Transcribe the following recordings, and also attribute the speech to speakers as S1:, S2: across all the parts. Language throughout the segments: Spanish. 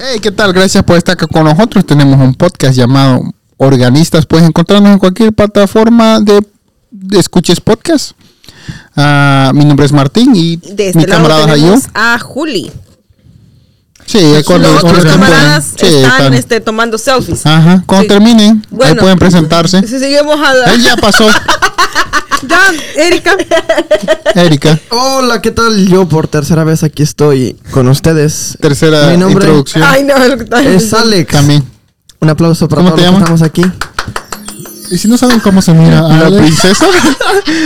S1: Hey, ¿qué tal? Gracias por estar acá con nosotros. Tenemos un podcast llamado Organistas. Puedes encontrarnos en cualquier plataforma de, de escuches podcast. Ah, mi nombre es Martín y
S2: De este
S1: mi
S2: lado
S1: camarada Jayo.
S2: tenemos a Juli.
S1: Sí, cuando,
S2: Los
S1: cuando
S2: otros
S1: terminen.
S2: camaradas
S1: Sí,
S2: están
S1: están- Ah.
S2: este, tomando selfies.
S1: Ajá, cuando
S2: Sí.
S1: terminen, ahí
S2: Bueno.
S1: pueden presentarse.
S2: Si seguimos a
S1: Él ya pasó,
S2: Ya, Erika.
S1: Erika.
S3: Hola, ¿qué tal? Yo por tercera vez aquí estoy con ustedes.
S1: Tercera
S3: Mi nombre
S1: introducción.
S2: Ay, no, lo que tal.
S3: es Alex.
S1: También.
S3: Un aplauso para
S1: ¿Cómo
S3: todos
S1: te
S3: los que
S1: llamas?
S3: estamos aquí.
S1: ¿Y si no saben cómo se mira a la princesa?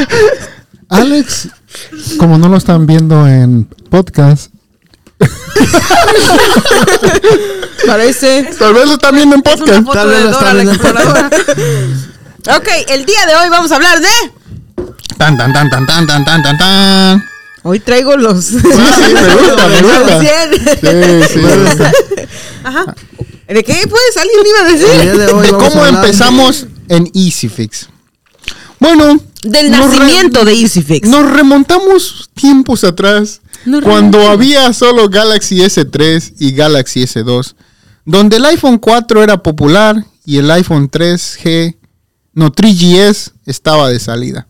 S1: Alex, como no lo están viendo en podcast,
S2: Parece.
S1: tal vez lo están viendo en
S4: Es una
S1: podcast.
S4: foto
S3: Tal vez
S4: de
S3: lo
S4: Dora
S3: está
S4: la
S3: viendo.
S4: exploradora.
S2: Ok, el día de hoy vamos a hablar de.
S1: Tan, tan, tan, tan, tan, tan, tan, tan, tan.
S2: Hoy traigo los.
S1: Sí, sí, me gusta, me gusta. Sí, sí, me gusta.
S2: Ajá. ¿De qué? Pues alguien iba a
S3: El día
S2: decir.
S3: de
S1: ¿Eh?
S3: hoy
S1: De
S3: vamos a
S1: cómo
S3: hablar
S1: empezamos en EasyFix. Bueno,
S2: Del
S1: nos re-
S2: nacimiento de EasyFix.
S1: Nos remontamos tiempos atrás,
S2: Nos
S1: cuando había solo Galaxy S3 y Galaxy S2, donde el iPhone 4 era popular y el iPhone 3G, no 3GS, estaba de salida.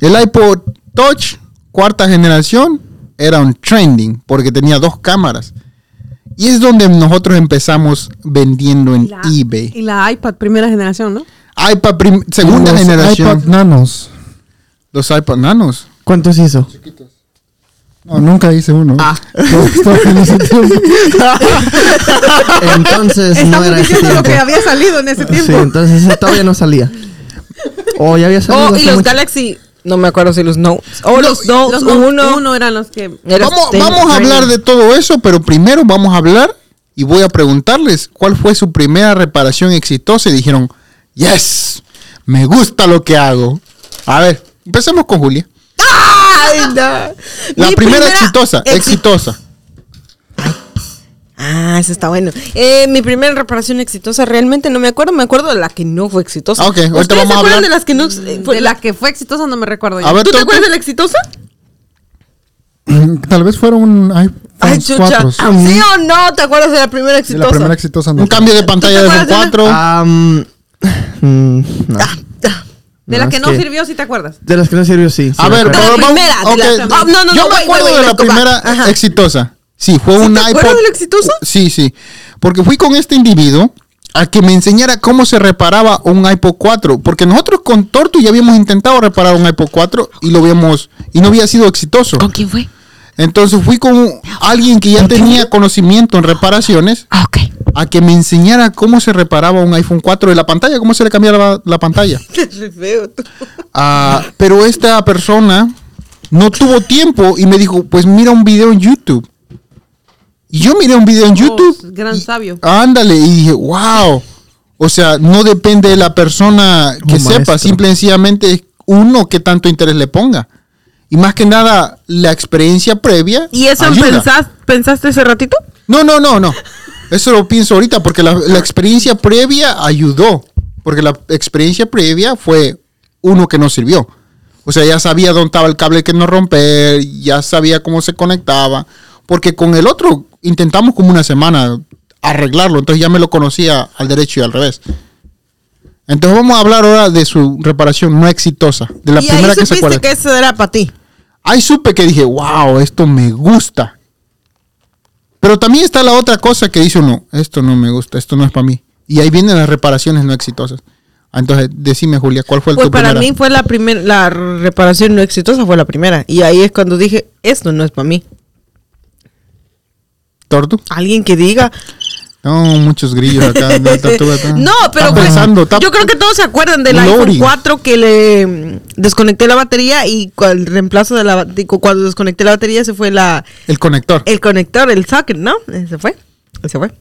S1: El iPod Touch, cuarta generación, era un trending porque tenía dos cámaras. Y es donde nosotros empezamos vendiendo en
S4: La-
S1: eBay.
S4: Y la iPad primera generación, ¿no?
S1: iPad prim- segunda
S5: Los
S1: generación.
S5: iPod nanos.
S1: Los iPad nanos.
S3: ¿Cuántos hizo?
S5: No, nunca hice uno.
S1: Ah.
S5: No, estaba en ese tiempo.
S3: Entonces no
S4: Estamos
S3: era ese
S4: diciendo lo
S3: tiempo.
S4: que había salido en ese
S3: Sí,
S4: tiempo.
S3: entonces ese todavía no salía. O ya había salido.
S2: Oh, y
S3: hace
S2: los
S3: mucho.
S2: Galaxy. No me acuerdo si los Notes. O los Notes.
S4: Los
S2: uno.
S4: uno, uno eran los que.
S2: Era
S1: Vamos,
S2: de-
S1: vamos a hablar de todo eso, pero primero vamos a hablar y voy a preguntarles cuál fue su primera reparación exitosa. Y dijeron, yes, me gusta lo que hago. A ver, empecemos con Julia.
S2: Ay, no.
S1: La
S2: Mi
S1: primera, exitosa,
S2: exi-
S1: exitosa.
S2: Ah, eso está bueno. Eh, mi primera reparación exitosa realmente no me acuerdo, me acuerdo de la que no fue exitosa.
S1: Ah, ok, ahorita
S2: ¿Ustedes
S1: vamos
S2: se
S1: a
S2: acuerdan
S1: hablar.
S2: de las que no eh, fue
S4: De
S2: la
S4: la que fue exitosa no me recuerdo. yo.
S1: A ver,
S2: ¿Tú te
S1: Toto.
S2: acuerdas de la exitosa?
S5: Tal vez fuera un iPhone 4.
S2: Ah, ¿Sí o no te acuerdas de la primera
S5: De
S2: exitosa?
S5: la primera exitosa. no.
S1: Un cambio de pantalla de
S2: acuerdas
S1: iPhone
S2: de una?
S1: 4.
S3: Ah, mm, mm, no.
S2: Ah,
S4: De
S3: No,
S4: la que
S3: es
S4: no sirvió, si te acuerdas.
S3: De las que no sirvió, sí. sí
S1: a
S3: me
S1: ver,
S3: acuerdo.
S2: pero-
S1: vamos-
S2: primera, de la-
S1: ok.
S2: Ah, no, no,
S1: Yo
S2: no,
S1: me
S2: wait,
S1: acuerdo
S2: wait,
S1: de la
S2: let's go back.
S1: primera
S2: Ajá.
S1: exitosa. Sí, fue
S2: ¿Sí
S1: un
S2: te acuerdas
S1: iPod.
S2: de la exitosa?
S1: Sí, sí. Porque fui con este individuo a que me enseñara cómo se reparaba un iPod 4. Porque nosotros con Tortu ya habíamos intentado reparar un iPod 4 y lo habíamos, y no había sido exitoso.
S2: ¿Con quién fue?
S1: Entonces fui con alguien que ya tenía conocimiento en reparaciones
S2: Ah, ok.
S1: a que me enseñara cómo se reparaba un iPhone 4 de la pantalla, cómo se le cambiaba la- la pantalla.
S2: Re feo tú.
S1: Ah, pero esta persona no tuvo tiempo y me dijo, pues mira un video en YouTube. Y yo miré un video en
S4: Oh,
S1: YouTube.
S4: gran
S1: y-
S4: sabio.
S1: Ándale, y dije, wow. O sea, no depende de la persona que
S3: Un
S1: sepa,
S3: maestro.
S1: simple y sencillamente es uno que tanto interés le ponga. Y más que nada, la experiencia previa.
S4: ¿Y eso
S1: ayuda.
S4: pensás- pensaste ese ratito?
S1: No, no, no, no. Eso lo pienso ahorita porque la, la experiencia previa ayudó. Porque la experiencia previa fue uno que nos sirvió. O sea, ya sabía dónde estaba el cable que no romper, ya sabía cómo se conectaba. Porque con el otro intentamos como una semana arreglarlo, entonces ya me lo conocía al derecho y al revés. Entonces vamos a hablar ahora de su reparación no exitosa, de la
S2: y
S1: primera
S2: ahí
S1: que se
S2: supiste
S1: acuerda.
S2: que eso era para ti.
S1: Ahí supe que dije, wow, esto me gusta. Pero también está la otra cosa que dice uno, esto no me gusta, esto no es para mí. Y ahí vienen las reparaciones no exitosas. Ah, Entonces, decime, Julia, ¿cuál fue el
S2: Pues
S1: tu
S2: para
S1: primera?
S2: mí fue la primera, la reparación no exitosa fue la primera. Y ahí es cuando dije, esto no es para mí.
S1: ¿Tortu?
S2: Alguien que diga, eh,
S1: No, muchos grillos acá. no, está- tú, está-
S2: No, pero
S1: está
S2: pues,
S1: pensando, está-
S2: yo creo que todos se acuerdan del
S1: Loading.
S2: iPhone 4 que le mm, desconecté la batería y cu- el reemplazo de la ba- digo, cuando desconecté la batería se fue la
S1: El conector.
S2: el conector, el socket, ¿no? Eh, Se fue. Se fue.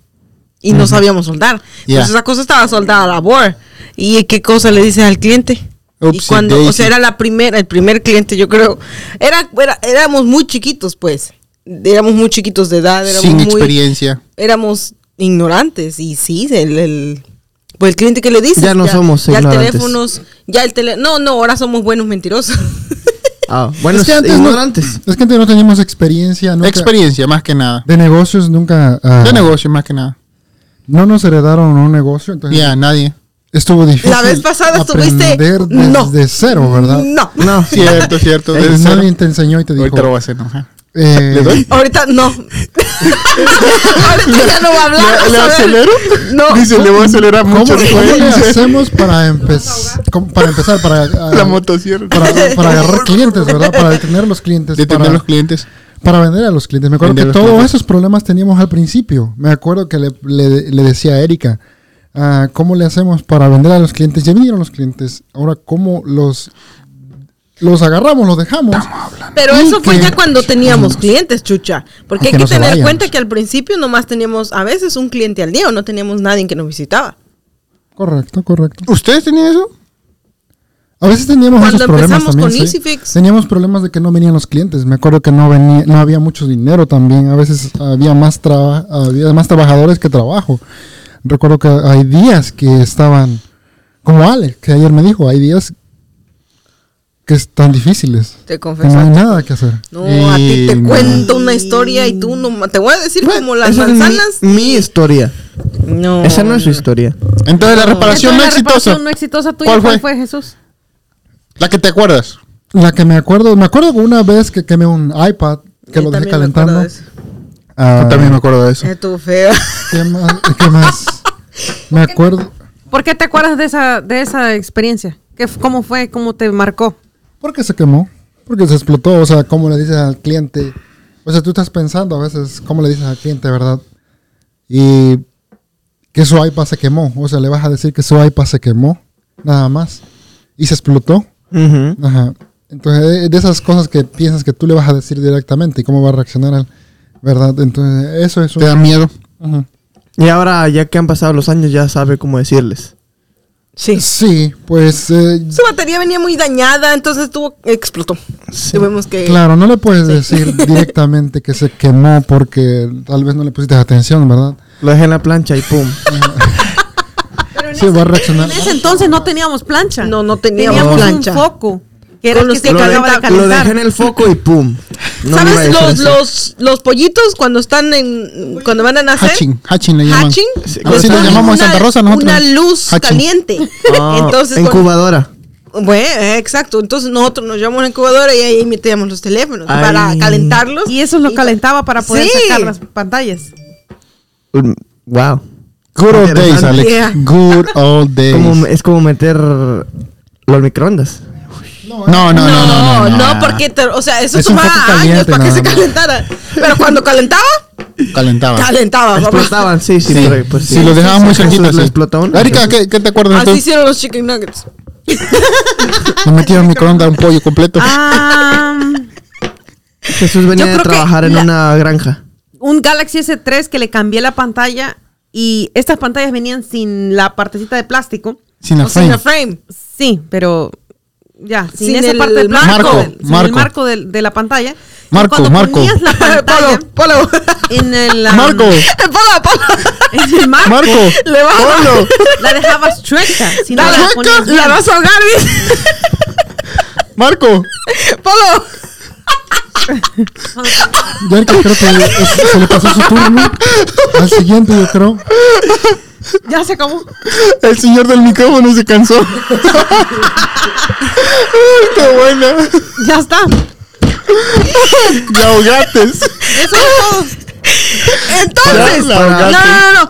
S2: Y no sabíamos soldar.
S1: Ya.
S2: Entonces esa cosa estaba soldada a la board. ¿Y qué cosa le dices al cliente? y
S1: Upsi
S2: cuando, o
S1: daisy.
S2: sea, era la primera, el primer cliente, yo creo. Era, era- éramos muy chiquitos, pues. Éramos muy chiquitos de edad, éramos
S1: sin
S2: muy-
S1: experiencia.
S2: éramos ignorantes y sí, el, el, pues el cliente que le dice
S3: Ya no somos
S2: ya el
S3: ignorantes.
S2: teléfono, ya el teléfono, no, no, ahora somos buenos mentirosos.
S3: Ah, bueno, ignorantes.
S5: No, es que antes no teníamos experiencia. nunca-
S1: Experiencia, más que nada.
S5: de negocios nunca. ah,
S1: De negocio, más que nada.
S5: No nos heredaron un negocio,
S1: Ya,
S5: entonces
S1: nadie.
S5: estuvo difícil.
S2: La vez pasada estuviste-
S5: aprender
S2: no.
S5: desde cero, ¿verdad?
S2: No.
S3: No.
S1: Cierto, cierto.
S5: Porque
S1: desde cero.
S5: nadie te enseñó y te dijo.
S1: Ahorita lo voy a hacer enojar.
S5: eh,
S1: ¿Le doy?
S2: Ahorita no. Ahorita ya no va a hablar. vas a
S1: ¿Le, le
S2: ver.
S1: acelero?
S2: No.
S1: Dice, le voy a acelerar
S5: ¿Cómo,
S1: mucho.
S5: cómo
S1: güey.
S5: le
S1: Dice,
S5: hacemos para, empezar para empezar? Para, ah,
S1: La motosierra.
S5: para, para agarrar clientes, ¿verdad? Para detener a los clientes.
S1: Detener
S5: para,
S1: los clientes.
S5: para vender a los clientes. Me acuerdo
S1: Vender a
S5: que
S1: los
S5: todos
S1: clientes.
S5: esos problemas teníamos al principio. Me acuerdo que le, le- le decía a Erika, ah, ¿cómo le hacemos para vender a los clientes? Ya vinieron los clientes. Ahora, ¿cómo los, los agarramos, los dejamos?
S2: Pero
S5: Y
S2: eso fue
S5: que-
S2: ya cuando teníamos clientes, chucha. Porque
S5: Y
S2: hay
S5: que
S2: que
S5: no se
S2: tener
S5: vayan.
S2: cuenta que al principio nomás teníamos a veces un cliente al día o no teníamos nadie que nos visitaba.
S5: Correcto, correcto.
S1: ¿Ustedes tenían eso?
S5: A veces teníamos
S2: Cuando
S5: esos problemas
S2: empezamos
S5: también.
S2: con
S5: sí.
S2: Easyfix.
S5: Teníamos problemas de que no venían los clientes. Me acuerdo que no venía, no había mucho dinero también. A veces había más traba- había más trabajadores que trabajo. Recuerdo que hay días que estaban como Alex, que ayer me dijo, hay días que están difíciles.
S2: Te
S5: que no hay
S2: confesas.
S5: nada que hacer.
S2: No, a ti te
S1: Y-
S2: cuento una historia y tú no te voy a decir como las
S3: Esa es mi-
S2: manzanas. Oh.
S3: Mi, historia.
S2: No.
S3: Esa no es su historia.
S1: Entonces, la reparación no
S6: Entonces, la
S1: exitosa.
S6: reparación no exitosa tuya,
S1: ¿Cuál
S6: ¿cuál,
S1: fue?
S6: fue? Jesús?
S1: La que te acuerdas.
S5: La que me acuerdo, me acuerdo una vez que quemé un iPad que
S2: Yo
S5: lo
S2: también
S5: dejé
S2: me acuerdo
S5: calentando.
S2: de eso.
S5: Ah,
S1: Yo también me acuerdo de eso.
S2: Estuvo feo.
S5: ¿Qué más? ¿Qué más? Me acuerdo.
S6: ¿Por qué te acuerdas de esa, de esa experiencia? ¿Qué, f- ¿Cómo fue? ¿Cómo te marcó?
S5: Porque se quemó, porque se explotó, o sea, ¿cómo le dices al cliente? O sea, tú estás pensando a veces, ¿cómo le dices al cliente, verdad? Y que su iPad se quemó, o sea, le vas a decir que su iPad se quemó, nada más, y se explotó. Ajá. Entonces, eh, de esas cosas que piensas que tú le vas a decir directamente y cómo va a reaccionar él, ¿verdad? Entonces, eso es un...
S1: Te da miedo.
S5: Ujú.
S3: Y ahora, ya que han pasado los años, ya sabe cómo decirles.
S2: Sí.
S5: Sí, pues... eh,
S2: Su batería venía muy dañada, entonces tuvo explotó. Tuvimos que
S5: Claro, no le puedes decir directamente que se quemó porque tal vez no le pusiste atención, ¿verdad?
S3: Lo dejé en la plancha y pum.
S5: Sí, va a reaccionar.
S6: En ese entonces no teníamos plancha.
S2: No, no teníamos plancha.
S6: un foco. Que era
S2: Con
S6: el que
S2: los
S6: se
S2: que
S3: lo,
S6: encargaba de
S3: dejé, lo dejé en
S6: calentar.
S3: el foco y pum. No me iba a
S2: ¿Sabes
S3: decir
S2: los,
S3: eso.
S2: los, los pollitos cuando están en. cuando van a nacer?
S1: Haching. Haching le llaman.
S2: Hatching.
S3: Sí,
S2: le
S3: así lo
S2: ponen
S1: llamamos en
S2: una-
S1: Santa Rosa nosotros.
S2: Una luz
S1: Hatching.
S2: caliente.
S3: Ah,
S2: Entonces. con-
S3: incubadora.
S2: Bueno, eh, exacto. Entonces nosotros nos llevamos a la incubadora y ahí metíamos los teléfonos
S3: Ay.
S2: para calentarlos.
S6: Y eso lo calentaba para poder
S2: Sí.
S6: sacar las pantallas.
S3: Mm, Wow.
S1: Good old days, Alex.
S2: Yeah.
S1: Good old days.
S3: Como- es como meter los microondas.
S1: No, no, no, no, no, no,
S2: no, porque, te- o sea, eso
S5: Es un
S2: tomaba
S5: foco
S2: años
S5: caliente,
S2: para que
S5: nada
S2: se
S5: más.
S2: calentara. Pero cuando calentaba,
S1: Calentaba.
S6: Ah,
S2: calentaba, papá.
S3: Explotaban, sí, sí.
S1: Sí,
S3: pero, pues,
S1: si lo dejaban muy
S3: Eso
S1: cerquita,
S3: lo
S1: sí.
S3: explotaban.
S1: Erika, ¿qué, qué te acuerdas
S2: Así
S1: de tú?
S2: hicieron los chicken nuggets.
S1: Me metieron en microondas un pollo completo.
S6: Ah,
S3: Jesús venía
S6: Yo
S3: de
S6: creo que
S3: trabajar en
S6: la-
S3: una granja.
S6: un Galaxy S3 que le cambié la pantalla y estas pantallas venían sin la partecita de plástico.
S5: Sin la
S2: O sea,
S5: frame.
S2: en la frame.
S6: Sí, pero ya, sin,
S2: Sin
S6: esa
S2: el
S6: parte del
S2: marco.
S6: marco,
S1: Marco,
S6: del- sin
S1: marco.
S6: el marco del- de, la pantalla. Y
S1: Marco,
S6: cuando
S1: marco.
S6: ponías la pantalla
S2: Polo, polo.
S6: en el um,
S1: Marco,
S2: Polo, polo.
S6: en el marco,
S1: Marco,
S2: Le vas a
S1: Polo.
S6: la dejabas chueca, si no
S2: la,
S6: la,
S2: la,
S6: ponías bien.
S2: vas a ahogar, dice.
S1: Marco.
S2: Polo.
S5: Ya el que creo que es- se le pasó su turno. Al siguiente, yo creo.
S6: Ya se acabó.
S1: El señor del micrófono se cansó. Qué buena.
S6: Ya está.
S1: Ya ahogates.
S6: Eso es todo.
S2: Entonces,
S1: Ya
S2: no,
S1: la
S2: no,
S1: ahogaste.
S2: no, no.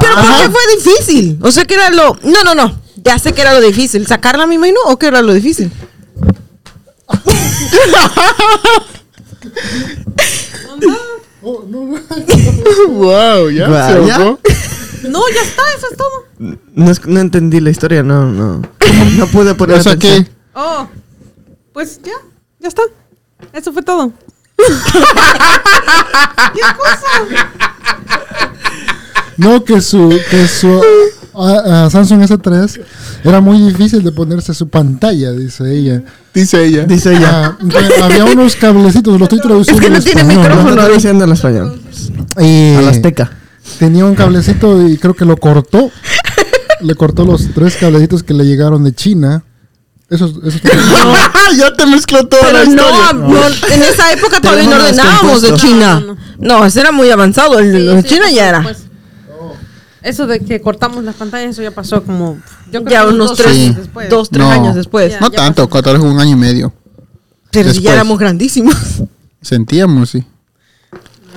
S2: Pero ¿por
S1: Ajá.
S2: qué fue difícil? O sea, que era lo. No, no, no. Ya sé que era lo difícil. ¿Sacarla, me imagino? ¿O que era lo difícil?
S1: Wow, ya
S3: Guau,
S1: se
S3: ya.
S1: ahogó.
S6: No, ya está, eso es todo.
S3: No, es- no entendí la historia, no, no. No pude poner
S1: O sea que-
S3: atención.
S6: Oh. Pues ya, ya está. Eso fue todo. ¿Qué cosa?
S5: No, que su, que su ah, ah, Samsung S3 era muy difícil de ponerse su pantalla, dice ella.
S1: Dice ella.
S3: Dice ella.
S5: Ah, entonces, había unos cablecitos, lo estoy traduciendo.
S2: Es que no
S5: al
S2: tiene
S5: español,
S3: No,
S2: micrófono.
S5: ¿verdad?
S3: no estoy diciendo en español.
S5: Y
S3: A la azteca.
S5: tenía un cablecito y creo que lo cortó. Le cortó los tres cablecitos que le llegaron de China. Eso, eso
S1: ya te mezcló toda la
S2: Pero
S1: historia.
S2: no, no, en esa época todavía no
S3: Teléfono
S2: ordenábamos de
S3: descompuesto.
S2: China. No,
S6: No, no,
S2: ese era muy avanzado. El,
S6: Sí,
S2: el
S6: sí,
S2: China ya era.
S6: pues. Eso de que cortamos las pantallas, eso ya pasó como. Yo creo
S2: ya
S6: que
S2: unos
S6: dos
S2: tres,
S6: años
S1: Sí.
S6: después.
S2: dos, tres
S1: No.
S2: años después.
S6: Ya,
S1: no
S6: ya
S1: tanto, cuatro es un año y medio.
S2: Pero si ya
S1: Después.
S2: éramos grandísimos.
S1: Sentíamos, sí.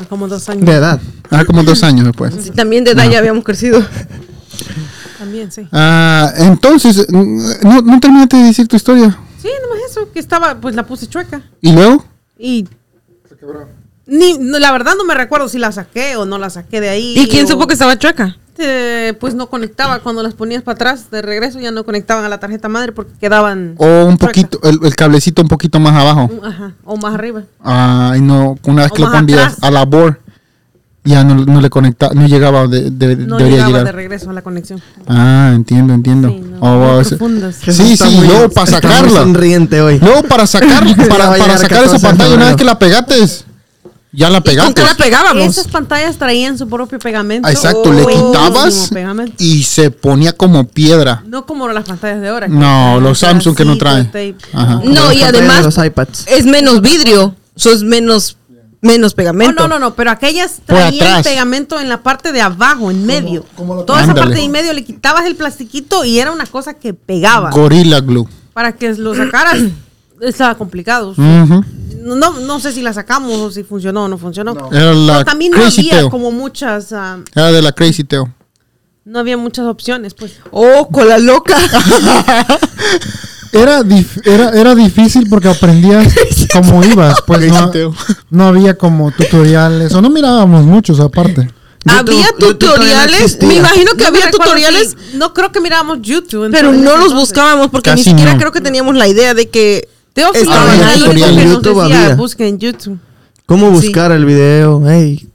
S6: Como dos años.
S3: De edad.
S1: Ah, como dos años después.
S2: Sí, también de edad ya habíamos crecido.
S6: También, sí.
S1: Ah, entonces, mm, no, no terminaste de decir tu historia.
S6: Sí, nomás eso, que estaba, pues la puse chueca.
S1: ¿Y luego?
S6: Y. Ni, no, la verdad no me recuerdo si la saqué o no la saqué de ahí.
S2: ¿Y quién
S6: o-
S2: supo que estaba chueca?
S6: Eh, pues no conectaba cuando las ponías para atrás de regreso ya no conectaban a la tarjeta madre porque quedaban
S1: O un
S6: chuecas.
S1: poquito, el, el cablecito un poquito más abajo.
S6: Un- ajá, o más arriba
S1: Ay, no, una vez
S6: O
S1: que lo
S6: más
S1: cambias
S6: atrás.
S1: a la board, ya no, no le conecta, no llegaba, de, de-
S6: no
S1: debería
S6: llegaba
S1: llegar.
S6: de regreso a la conexión
S1: Ah, entiendo, entiendo.
S6: Sí, no,
S1: Oh, wow,
S6: muy
S1: ese-
S6: profundas.
S1: sí,
S3: Está
S1: sí,
S3: muy-
S1: luego para
S3: está muy
S1: sacarla.
S3: sonriente hoy.
S1: Luego para sacarla,
S3: Ya
S1: para,
S3: va a
S1: para
S3: llegar
S1: sacar esa
S3: 14 de
S1: pantalla, una vez
S3: febrero.
S1: que la pegates, ya la
S2: ¿Y ¿Con
S1: pegaste.
S2: qué la pegábamos?
S6: esas pantallas traían su propio pegamento
S1: Ah, Exacto, le
S6: Oh, buenísimo
S1: quitabas
S6: pegamento.
S1: y se ponía como piedra.
S6: no como las pantallas de ahora que
S1: No,
S6: traen
S1: los
S6: un
S1: Samsung que no traen. Ah.
S6: pedacito de tape.
S1: Ajá.
S3: Como
S2: No,
S3: las
S2: y
S3: pantallas de
S2: además
S3: los iPads.
S2: es menos vidrio. Eso es menos, menos
S6: Oh,
S2: pegamento.
S6: no, no, no, pero aquellas
S1: Por
S6: traían
S1: atrás.
S6: pegamento en la parte de abajo, en medio.
S5: como lo-
S6: Toda esa
S1: Ándale.
S6: parte de en medio le quitabas el plastiquito y era una cosa que pegaba.
S1: Gorilla Glue.
S6: para que lo sacaras estaba complicado.
S1: Ujú.
S6: No, no, no sé si la sacamos o si funcionó o no funcionó.
S1: Era la
S6: Pero también no
S1: Eh, Crazy
S6: había
S1: Teo.
S6: como muchas, ah,
S1: Era de la Crazy Teo.
S6: no había muchas opciones, pues.
S2: Oh, con la loca.
S5: Era, dif- era, era difícil porque aprendías como ibas, pues no,
S1: Crazy Teo.
S5: no había como tutoriales, o no mirábamos muchos aparte.
S3: YouTube-
S2: había
S3: YouTube todavía no
S2: tutoriales.
S3: existía.
S2: me imagino que
S6: No me
S2: había
S6: recuerdo
S2: tutoriales,
S6: si- no creo que mirábamos YouTube.
S2: pero
S6: entonces,
S2: no los
S6: entonces.
S2: buscábamos porque ni
S1: Casi
S2: siquiera
S1: no.
S2: creo que teníamos la idea de que
S6: Teo sí,
S2: estaban
S1: había
S6: era
S2: ahí.
S6: el único
S1: tutoriales.
S6: que nos
S3: YouTube
S6: decía,
S3: había.
S6: busquen en YouTube.
S3: ¿Cómo
S2: Sí.
S3: buscar el video? Hey,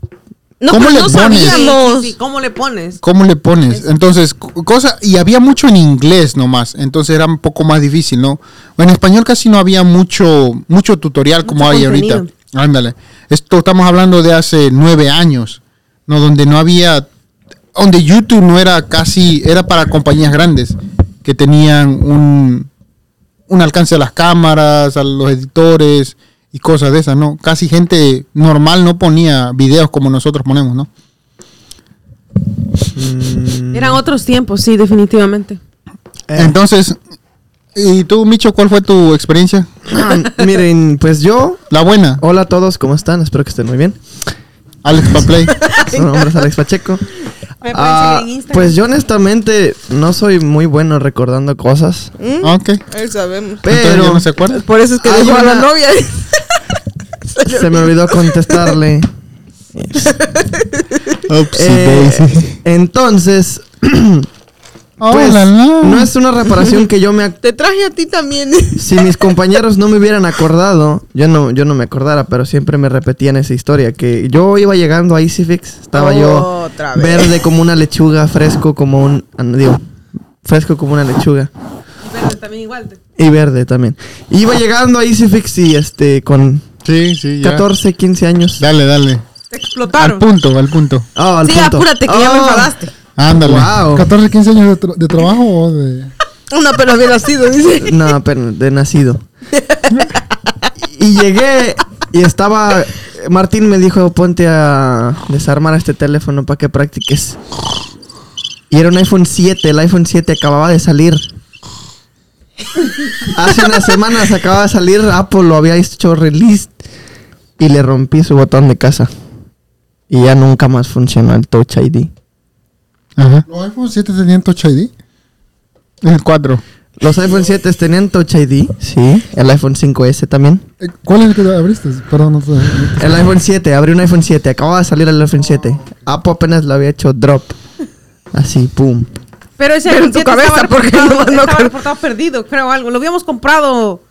S2: No,
S1: ¿Cómo le
S2: pero no
S1: pones?
S6: Sí, sí,
S2: sabíamos.
S6: sí, ¿Cómo le pones?
S1: ¿Cómo le pones? Entonces, co- cosa, y había mucho en inglés nomás, entonces era un poco más difícil, ¿no? En español casi no había mucho, mucho tutorial como
S6: Mucho
S1: hay ahorita.
S6: contenido.
S1: Ándale. Esto estamos hablando de hace nueve años, ¿no? Donde no había, donde YouTube no era casi, era para compañías grandes que tenían un, un alcance a las cámaras, a los editores y cosas de esas, ¿no? Casi gente normal no ponía videos como nosotros ponemos, ¿no?
S3: Mm.
S6: Eran otros tiempos, sí, definitivamente.
S1: Eh.
S3: eh.
S1: Entonces, ¿y tú, Micho, cuál fue tu experiencia?
S3: miren, pues yo.
S1: La buena,
S3: Hola a todos, ¿cómo están? Espero que estén muy bien.
S1: Alex Paplay.
S3: Su nombre es Alex Pacheco.
S6: Me pueden
S3: Ah,
S6: seguir en Instagram.
S3: pues yo honestamente no soy muy bueno recordando cosas.
S1: ok.
S2: Ahí sabemos.
S1: Pero
S3: Pero
S1: no se acuerda.
S2: Por eso es que
S3: Hay
S2: dejó a la
S3: una-
S2: novia.
S3: se me olvidó contestarle. Eh, entonces, pues,
S1: Hola, no.
S3: no es una reparación que yo me ac-
S2: Te traje a ti también.
S3: si mis compañeros no me hubieran acordado, yo no, yo no me acordara, pero siempre me repetían esa historia, que yo iba llegando a EasyFix, estaba yo
S2: Otra vez.
S3: verde como una lechuga, fresco como un, ah, no, digo, fresco como una lechuga.
S6: Y verde también igual. te-
S3: Y verde también. Iba llegando a EasyFix y este, con
S1: Sí, sí, ya.
S3: 14, 15 años.
S1: Dale, dale.
S6: Te
S1: Al
S6: explotaron.
S1: punto, al punto.
S3: Ah, al
S2: Sí,
S3: punto.
S2: apúrate, que ya me
S3: Ah,
S2: enfadaste.
S1: Ándale.
S3: Wow.
S5: 14, 15 años de, tra- de trabajo o de...
S2: Una pero había nacido, dice.
S3: No, pero de nacido. y llegué y estaba. Martín me dijo: Ponte a desarmar este teléfono para que practiques. Y era un iPhone 7. El iPhone 7 acababa de salir. Hace unas semanas acababa de salir. Apple lo había hecho release. Y le rompí su botón de casa. Y ya nunca más funcionó el Touch ID.
S1: Ajá.
S5: ¿Los iPhone 7 tenían Touch ID?
S1: El 4.
S3: Los iPhone 7 tenían Touch ID. Sí. El iPhone 5S también.
S5: Eh, ¿Cuál es el que abriste? Perdón, no sé.
S3: El iPhone 7, abrí un iPhone 7, acababa de salir el iPhone 7. Apple apenas lo había hecho drop. Así, pum.
S6: Pero ese
S2: Pero en tu
S6: siete
S2: cabeza,
S6: estaba
S2: porque
S6: reportado,
S2: no- no
S6: estaba
S2: creo.
S6: reportado perdido, creo algo. Lo habíamos comprado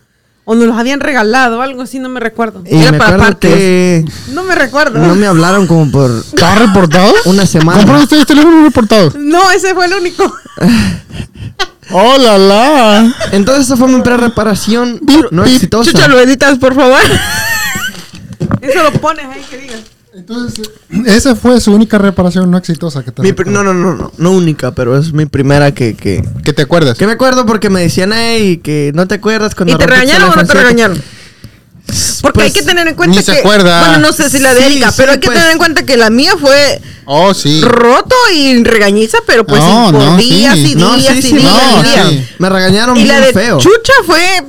S6: o nos los habían regalado, algo así, no me recuerdo.
S3: Y
S2: Era
S3: me
S2: para
S3: acuerdo que
S6: No me recuerdo.
S3: no me hablaron como por
S1: ¿Está reportado?
S3: una
S1: ¿Compró
S3: semana.
S1: ustedes teléfono reportado?
S6: No, ese fue el único.
S1: ¡Hola, la!
S3: Entonces esa fue mi pre-reparación no
S1: Pip,
S3: exitosa.
S2: Chucha, lo editas, por favor.
S6: Eso lo pones ahí que digas.
S5: Entonces, esa fue su única reparación no exitosa que te
S3: Mi pr-
S5: recuerdo.
S3: no, no, no, no, no única, pero es mi primera que, que,
S1: ¿Qué te acuerdas?
S3: que me acuerdo porque me decían, hey, que no te acuerdas cuando...
S2: ¿Y te
S3: rompiste
S2: regañaron
S3: la
S2: o no te
S3: faceta".
S2: regañaron? Porque hay que
S3: Pues,
S2: tener en cuenta
S1: ni se
S2: que.
S1: acuerda.
S2: Bueno, no sé si la de
S3: Sí,
S2: Erika,
S3: sí,
S2: pero hay que
S3: pues.
S2: tener en cuenta que la mía fue
S1: Oh, sí.
S2: roto y regañiza, pero pues
S1: No,
S2: por
S1: no,
S2: días
S1: sí.
S2: y
S3: No,
S2: días
S3: sí,
S2: y
S3: sí,
S2: días
S1: no,
S2: y días.
S1: sí.
S3: Me regañaron
S2: Y
S3: bien
S2: la de
S3: feo.
S2: Chucha fue.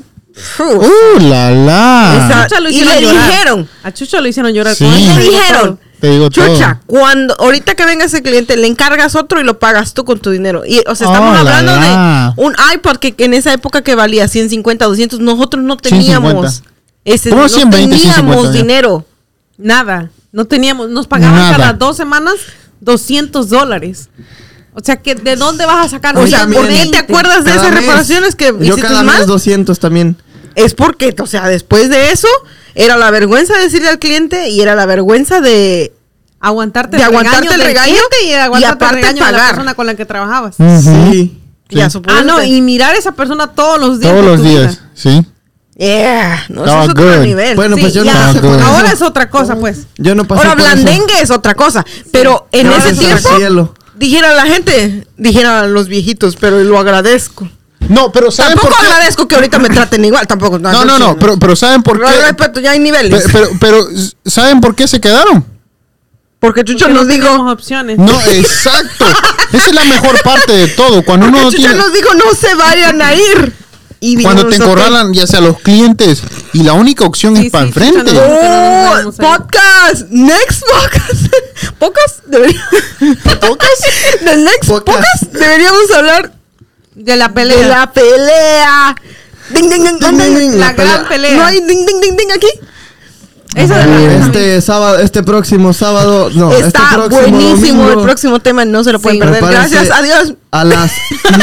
S2: Uf,
S1: ¡Uh, la, la!
S2: Esa-
S6: A Chucha lo
S2: y
S6: hicieron
S2: le
S6: llorar.
S2: dijeron.
S6: A Chucha lo hicieron llorar.
S1: Sí.
S6: con
S1: Te
S6: eso.
S2: Le dijeron.
S1: Te digo todo.
S2: Chucha, cuando ahorita que venga ese cliente le encargas otro y lo pagas tú con tu dinero. Y o sea, estamos
S1: Oh, la,
S2: hablando
S1: la.
S2: de un iPod que, que en esa época que valía 150, 200, nosotros no teníamos
S1: 150.
S2: ese
S1: ¿Cómo
S2: no
S1: 120, 150,
S2: teníamos
S1: ya?
S2: dinero.
S6: Nada. No teníamos. Nos pagaban
S1: Nada.
S6: cada dos semanas 200 dólares. O sea, que ¿de dónde vas a sacar?
S2: O
S3: Hoy
S2: sea,
S3: también.
S2: ¿por qué te acuerdas de
S3: Cada
S2: esas
S3: mes.
S2: reparaciones que
S3: Yo
S2: hiciste
S3: cada mes
S2: mal?
S3: 200 también.
S2: Es porque, o sea, después de eso era la vergüenza de decirle al cliente y era la vergüenza de
S6: aguantarte
S2: De aguantarte el
S6: del
S2: regaño
S6: cliente y
S2: y
S6: aguantarte el
S2: aparte
S6: regaño de la
S2: pagar.
S6: persona con la que trabajabas.
S1: Ujú.
S3: Sí.
S2: ya
S6: Ah,
S2: supongo.
S6: no, y mirar a esa persona todos los días.
S1: Todos
S6: de
S1: los
S6: tu
S1: días,
S6: vida.
S1: sí.
S2: Yeah, no, eso
S1: Estaba
S2: es otro
S1: good.
S2: nivel.
S3: Bueno,
S2: Sí,
S3: pues yo no
S2: ya.
S1: Ah,
S3: pasé por
S1: good.
S3: eso.
S6: Ahora es otra cosa, pues.
S3: Yo no pasé
S2: Ahora,
S3: por eso.
S2: blandengue es otra cosa, pero en
S3: Gracias
S2: ese
S3: al
S2: tiempo,
S3: cielo.
S2: dijera la gente, dijera los viejitos, pero lo agradezco.
S1: No, pero ¿saben
S2: Tampoco
S1: por qué?
S2: agradezco que ahorita me traten igual, tampoco.
S1: No, no, no, pero, pero ¿saben por
S2: Por
S1: qué?
S2: respeto, ya hay niveles.
S1: Pero, pero, pero, ¿saben por qué se quedaron?
S2: porque Chucho
S6: Porque
S2: nos
S6: teníamos
S2: dijo,
S6: opciones.
S1: No, exacto. Esa es la mejor parte de todo. Cuando uno
S2: porque
S1: no
S2: Chucho
S1: tiene...
S2: nos dijo, no se vayan a ir. Y
S1: Cuando
S2: vinimos
S1: te
S2: nosotros.
S1: encorralan ya sea los clientes y la única opción
S6: Sí,
S1: es para
S6: sí,
S1: enfrente.
S6: escuchando.
S2: Oh,
S6: Nosotros nos vamos a ir.
S2: podcast, next podcast, pocas deberíamos, del next
S3: Podcast.
S2: podcast deberíamos hablar
S6: De la pelea.
S2: de la pelea, ding ding ding,
S3: Ding, ding, ding,
S6: la,
S3: la pelea.
S6: gran pelea.
S2: no hay ding ding ding ding aquí,
S6: Esa de la
S3: Este sábado, este próximo sábado, no, este
S2: está
S3: próximo
S2: buenísimo
S3: domingo,
S2: el próximo tema, no se lo pueden
S6: Sí.
S2: perder,
S3: prepárense
S2: gracias, adiós,
S3: A las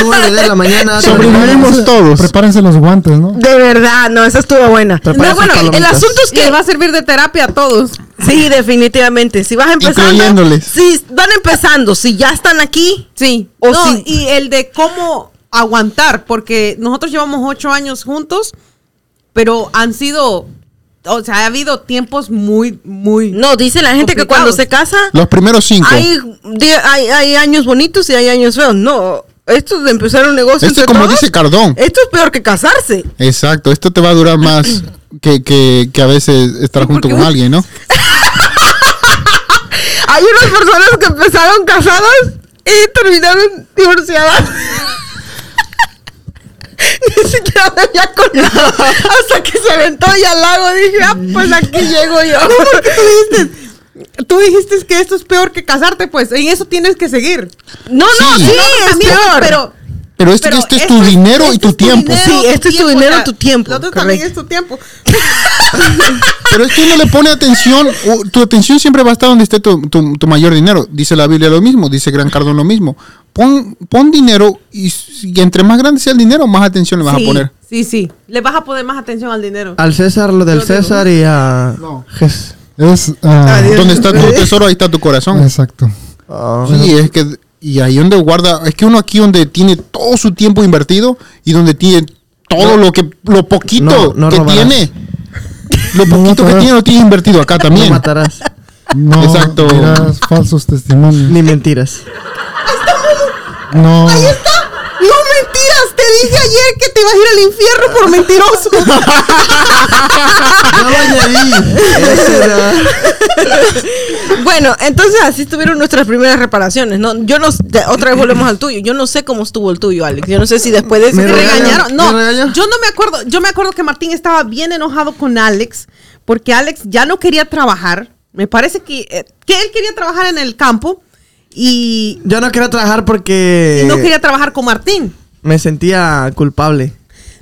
S3: 9 de la mañana.
S1: Sobrevivimos
S5: Prepárense-
S1: todos.
S5: Prepárense los guantes, ¿no?
S2: de verdad, no, esa estuvo buena, no,
S3: Prepara sus
S2: bueno, el
S3: palomitas.
S2: asunto es
S6: que
S2: que
S6: va a servir de terapia a todos.
S2: Sí, definitivamente. Si vas empezando,
S1: Incluyéndoles.
S2: si van empezando, si ya están aquí,
S6: Sí.
S2: O
S6: no,
S2: sí.
S6: y el de cómo aguantar, porque nosotros llevamos ocho años juntos, pero han sido, o sea, ha habido tiempos muy, muy...
S2: no, dice la gente que cuando
S6: Complicados.
S2: se casa,
S1: Los primeros cinco.
S2: hay, di- hay, hay años bonitos y hay años feos. No, esto de empezar un negocio.
S1: Esto
S2: entre
S1: es Este como
S2: todos,
S1: dice Cardón.
S2: Esto es peor que casarse.
S1: Exacto, esto te va a durar más que, que, que a veces estar
S6: Sí,
S1: junto
S6: porque
S1: con
S6: uno-
S1: alguien, ¿no?
S2: Hay unas personas que empezaron casadas y terminaron divorciadas. Ni siquiera me había acordado. Hasta que se aventó y al lago dije, ah, pues aquí llego yo.
S6: Tú dijiste que esto es peor que casarte, pues en eso tienes que seguir.
S2: No, no,
S1: Sí.
S2: sí,
S6: No,
S2: es
S6: también,
S2: peor. Este
S6: Pero,
S1: Pero esto,
S6: pero
S1: esto es
S6: esto
S1: tu dinero
S6: esto
S1: y tu
S6: este es
S1: tiempo.
S6: dinero,
S2: Sí, esto es tu dinero, tu tiempo,
S6: Lo otro también
S2: correcto.
S6: es tu tiempo.
S1: Pero es que uno le pone atención, o- tu atención siempre va a estar donde esté tu, tu- tu mayor dinero. Dice la Biblia lo mismo, dice Gran Cardón lo mismo. Pon, pon dinero y, s- y entre más grande sea el dinero, más atención le vas
S6: sí,
S1: a poner.
S6: Sí, sí. Le vas a poner más atención al dinero.
S3: Al César lo del
S6: Yo digo.
S3: César y a
S1: No.
S3: Jes-
S5: Es. ah,
S2: Adiós.
S1: Donde está tu tesoro, ahí está tu corazón.
S5: exacto.
S3: ah,
S1: Sí, es que y ahí donde guarda, es que uno aquí donde tiene todo su tiempo invertido y donde tiene todo lo que lo poquito
S3: No, no
S1: que
S3: robarás.
S1: tiene. Lo poquito que
S5: matarás.
S1: tiene lo tiene invertido acá
S3: no
S1: también.
S3: matarás
S5: No
S1: Exacto.
S5: dirás falsos testimonios.
S3: ni mentiras.
S5: No.
S2: No mentiras, te dije ayer que te ibas a ir al infierno por mentiroso.
S3: Yo lo añadí. Ese era-
S2: Bueno, entonces así estuvieron nuestras primeras reparaciones, ¿no? Yo no, de- otra vez volvemos al tuyo. Yo no sé cómo estuvo el tuyo, Alex. Yo no sé si después de eso
S3: Me
S2: te
S3: regañan.
S2: regañaron.
S6: regañaron. No,
S3: ¿Me regañó?
S6: yo no me acuerdo. Yo me acuerdo que Martín estaba bien enojado con Alex porque Alex ya no quería trabajar. Me parece que, eh, que él quería trabajar en el campo y
S3: Yo no quería trabajar porque
S6: no quería trabajar con Martín.
S3: me sentía culpable.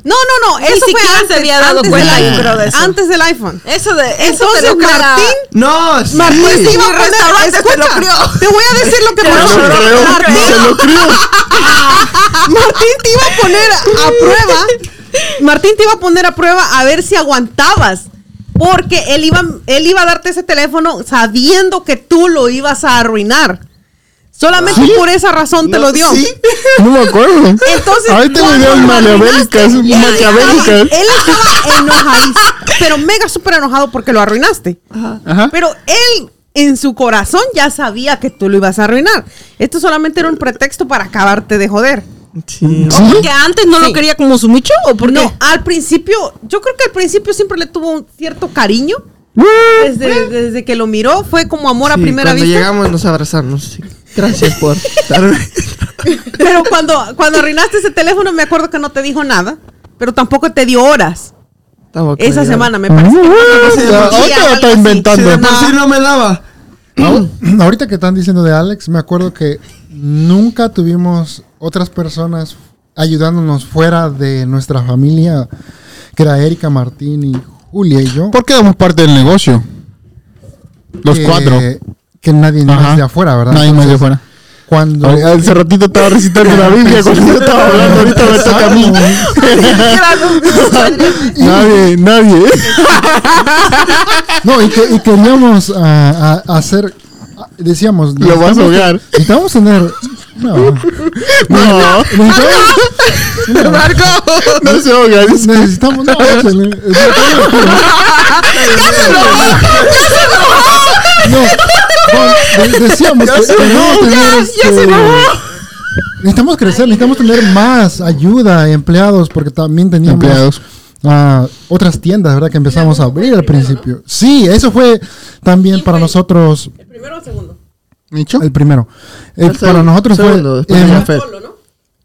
S6: No, no, no. Eso fue
S2: siquiera se
S6: antes,
S2: había dado
S6: antes
S2: cuenta,
S6: del
S2: yo creo,
S6: iPhone.
S2: de eso.
S6: Antes del iPhone.
S2: Eso de eso
S6: Entonces Martín
S3: No, sí.
S2: Martín,
S6: Pues iba a
S2: Mi
S6: poner-
S2: restaurante se lo
S6: escucha,
S2: crió.
S6: Te voy a decir lo que
S2: Se lo
S6: pasó.
S2: crió,
S6: Martín-
S2: se lo
S6: Martín te iba a poner a prueba. Martín te iba a poner a prueba a ver si aguantabas. Porque él iba, él iba a darte ese teléfono sabiendo que tú lo ibas a arruinar. Solamente
S5: ¿Sí?
S6: por esa razón te lo dio.
S5: No me acuerdo.
S6: Entonces,
S5: Ahí tengo
S6: cuando
S5: ideas
S6: lo
S5: maquiavélicas.
S6: arruinaste, él
S5: Maquiavélicas.
S6: estaba- Él estaba enojadísimo, pero mega súper enojado porque lo arruinaste.
S1: Ajá.
S6: Pero él en su corazón ya sabía que tú lo ibas a arruinar. Esto solamente era un pretexto para acabarte de joder.
S3: Sí.
S2: ¿O
S1: ¿Sí?
S2: porque antes no
S6: Sí.
S2: lo quería como su mucho o porque
S6: No, al principio, yo creo que al principio siempre le tuvo un cierto cariño. Desde, desde que lo miró, fue como amor a
S3: Sí,
S6: primera
S3: cuando
S6: vista.
S3: llegamos nos abrazamos. sí. Gracias por darme.
S6: Pero cuando, cuando arruinaste ese teléfono, me acuerdo que no te dijo nada, pero tampoco te dio horas.
S3: Tampoco
S6: Esa
S3: llegamos.
S6: semana, me parece.
S3: sí,
S5: Ah,
S3: porque
S5: ahorita
S6: algo
S5: lo está
S6: así.
S3: Si
S5: inventando.
S3: de por Pues sí no me daba.
S5: Ahor- Ahorita que están diciendo de Alex, me acuerdo que nunca tuvimos otras personas ayudándonos fuera de nuestra familia, que era Erika, Martín y Julia y yo.
S1: ¿Por qué damos parte del negocio? Los
S5: que-
S1: cuatro.
S5: Que nadie
S1: Ajá.
S5: más de afuera, ¿verdad?
S1: Nadie más de
S5: Entonces,
S1: afuera.
S5: Cuando...
S1: Hace ratito estaba recitando la Biblia cuando yo estaba hablando, ahorita me toca a mí.
S5: Nadie, nadie. No, y, que- y queríamos ah, ah, hacer... ah, Decíamos...
S1: Lo vas a ahogar.
S5: Necesitamos tener... No.
S1: No,
S5: Necesitamos-
S2: Marco
S1: no se ahoga. dice.
S5: Necesitamos, no, échale. No, no, de- decíamos que necesitamos tener, este, necesitamos crecer, necesitamos tener más ayuda, empleados, porque también teníamos
S1: Empleados.
S5: ah, otras tiendas, ¿verdad? Que empezamos a abrir al principio. Sí, eso fue también para nosotros
S6: ¿El primero o el segundo?
S1: ¿Nicho?
S5: el primero. Eh,
S3: El
S5: para
S3: seg-
S5: nosotros
S3: segundo,
S5: fue
S3: después de
S5: em,
S3: la Fed.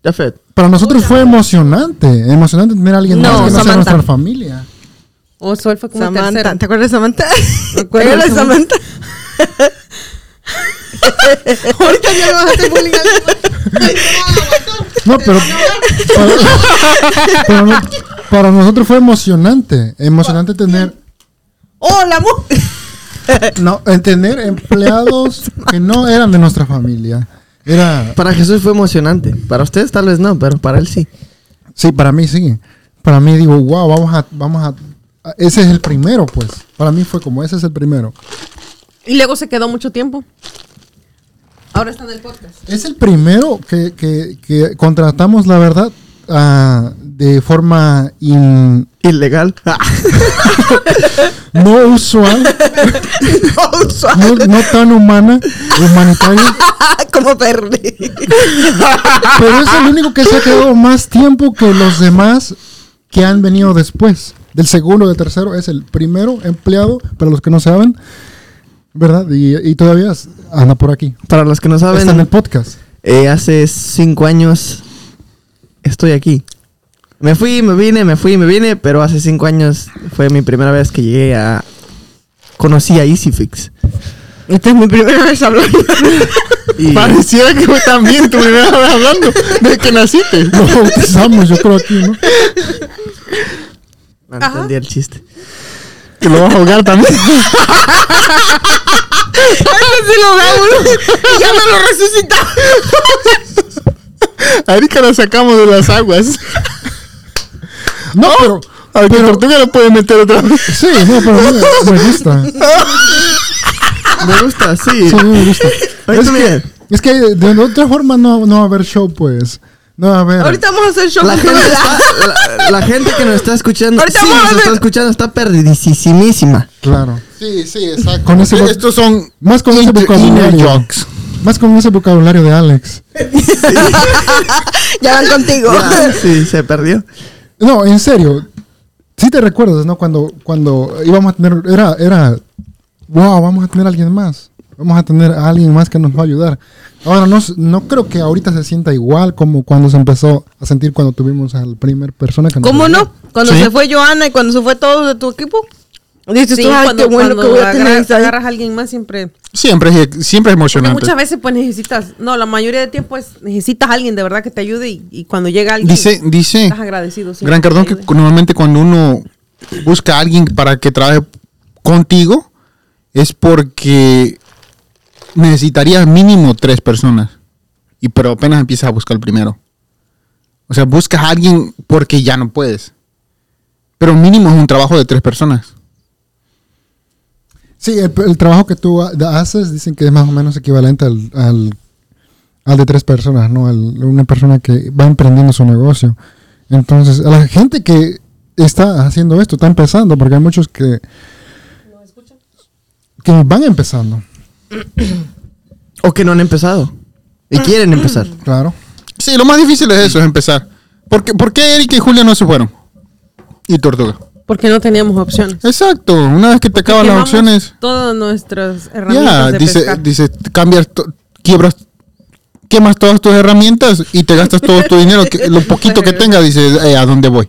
S3: Ya Fed.
S5: para nosotros fue emocionante, emocionante tener a alguien
S2: No,
S5: más que no sea
S2: Samantha.
S5: nuestra familia.
S6: O Sol fue como
S2: Samantha,
S6: tercero.
S2: ¿te acuerdas de Samantha? ¿Te
S6: acuerdo de
S2: acuerdas de Samantha?
S6: Ahorita ya le vas a hacer bullying a alguien.
S5: No, pero para, para no- para nosotros fue emocionante, emocionante tener
S2: ¡Hola, mu!
S5: no eh, tener empleados que no eran de nuestra familia. Era
S3: Para Jesús fue emocionante. Para ustedes tal vez no, pero para él sí.
S5: sí, para mí sí. Para mí digo, wow, vamos a vamos a a- ese es el primero, pues. Para mí fue como ese es el primero.
S6: Y luego se quedó mucho tiempo. Ahora está en el podcast.
S5: Es el primero que, que- que contratamos, la verdad, ah, de forma in-
S3: Ilegal. Ah.
S5: no usual,
S2: No, suave,
S5: no, no tan humana, humanitaria.
S2: Ah, como perdí.
S5: Pero es el único que se ha quedado más tiempo que los demás que han venido después. Del segundo, del tercero, es el primero empleado, para los que no saben, ¿verdad? Y, y todavía es- anda por aquí.
S3: para los que no
S5: Está en el
S3: saben,
S5: podcast.
S3: eh, hace cinco años estoy aquí. Me fui, me vine, me fui, me vine, pero hace cinco años fue mi primera vez que llegué a... Conocí a EasyFix.
S2: Esta es mi primera vez hablando.
S3: Y-
S1: Pareciera que fue también tu primera vez hablando desde que naciste.
S5: Lo bautizamos, yo creo, aquí, ¿no?
S3: No entendí el chiste.
S1: Que lo vas a ahogar también.
S2: Este se lo da uno y ya no lo resucita.
S1: A Erika la sacamos de las aguas.
S5: No, pero.
S1: A la tortuga la puede meter otra vez.
S5: Sí, no, pero me, me gusta.
S3: Me gusta, sí.
S5: Sí, me gusta.
S3: Ahorita
S5: Es que,
S3: bien.
S5: es que de, de otra forma no, no va a haber show, pues. No va a haber.
S2: Ahorita vamos a hacer show
S3: La
S2: con
S3: gente,
S2: Pamela.
S3: está, la, la gente que nos está escuchando,
S2: Ahorita
S3: sí,
S2: vamos a
S3: nos está
S2: hacer-
S3: escuchando, está perdidísima.
S5: Claro.
S1: Sí, sí, exacto.
S5: Con ese-
S1: Estos son
S5: Más con ese
S1: inter- inner
S5: vocabulario.
S1: jokes.
S5: Más con ese vocabulario de Alex.
S2: Ya van contigo.
S3: Sí, se perdió.
S5: No, en serio. Sí te recuerdas, ¿no? Cuando, cuando íbamos a tener, era, era, wow, vamos a tener a alguien más. Vamos a tener a alguien más que nos va a ayudar. Ahora, no, s- no creo que ahorita se sienta igual como cuando se empezó a sentir cuando tuvimos a la primera persona que nos
S2: ¿Cómo
S5: ayudó.
S2: no? Cuando
S1: Sí.
S2: se fue Joana y cuando se fue todo de tu equipo. Dices
S6: Sí,
S2: tú, ay,
S6: cuando,
S2: qué bueno que
S6: cuando
S2: voy a tener
S6: agarras,
S2: esa-
S6: agarras a alguien más siempre.
S1: Siempre es, siempre es
S6: Porque
S1: emocionante.
S6: muchas veces pues necesitas, no, la mayoría de tiempo es necesitas a alguien de verdad que te ayude y, y cuando llega alguien
S1: Dice, dice
S6: estás agradecido. sí,
S1: Gran
S6: que te
S1: Cardón que
S6: ayude.
S1: normalmente cuando uno busca a alguien para que trabaje contigo es porque necesitarías mínimo tres personas. Y pero apenas empiezas a buscar el primero. O sea, buscas a alguien porque ya no puedes. Pero mínimo es un trabajo de tres personas.
S5: Sí, el, el trabajo que tú ha- da- haces dicen que es más o menos equivalente al, al, al de tres personas, ¿no? Al- una persona que va emprendiendo su negocio. Entonces, a la gente que está haciendo esto, está empezando, porque hay muchos que... Que van empezando.
S3: O que no han empezado. Y quieren empezar.
S5: Claro.
S1: Sí, lo más difícil es eso, es empezar. ¿Por qué, por qué Eric y Julia no se fueron? Y Tortuga.
S6: Porque no teníamos opciones.
S1: Exacto, una vez que te acaban las
S6: Quemamos
S1: opciones.
S6: Todas nuestras
S1: Ya,
S6: herramientas. de
S1: dice,
S6: pescar.
S1: dice, cambias, to- quiebras, quemas todas tus herramientas y te gastas todo tu dinero, que- lo poquito que tengas, dice, "Eh, ¿a dónde voy?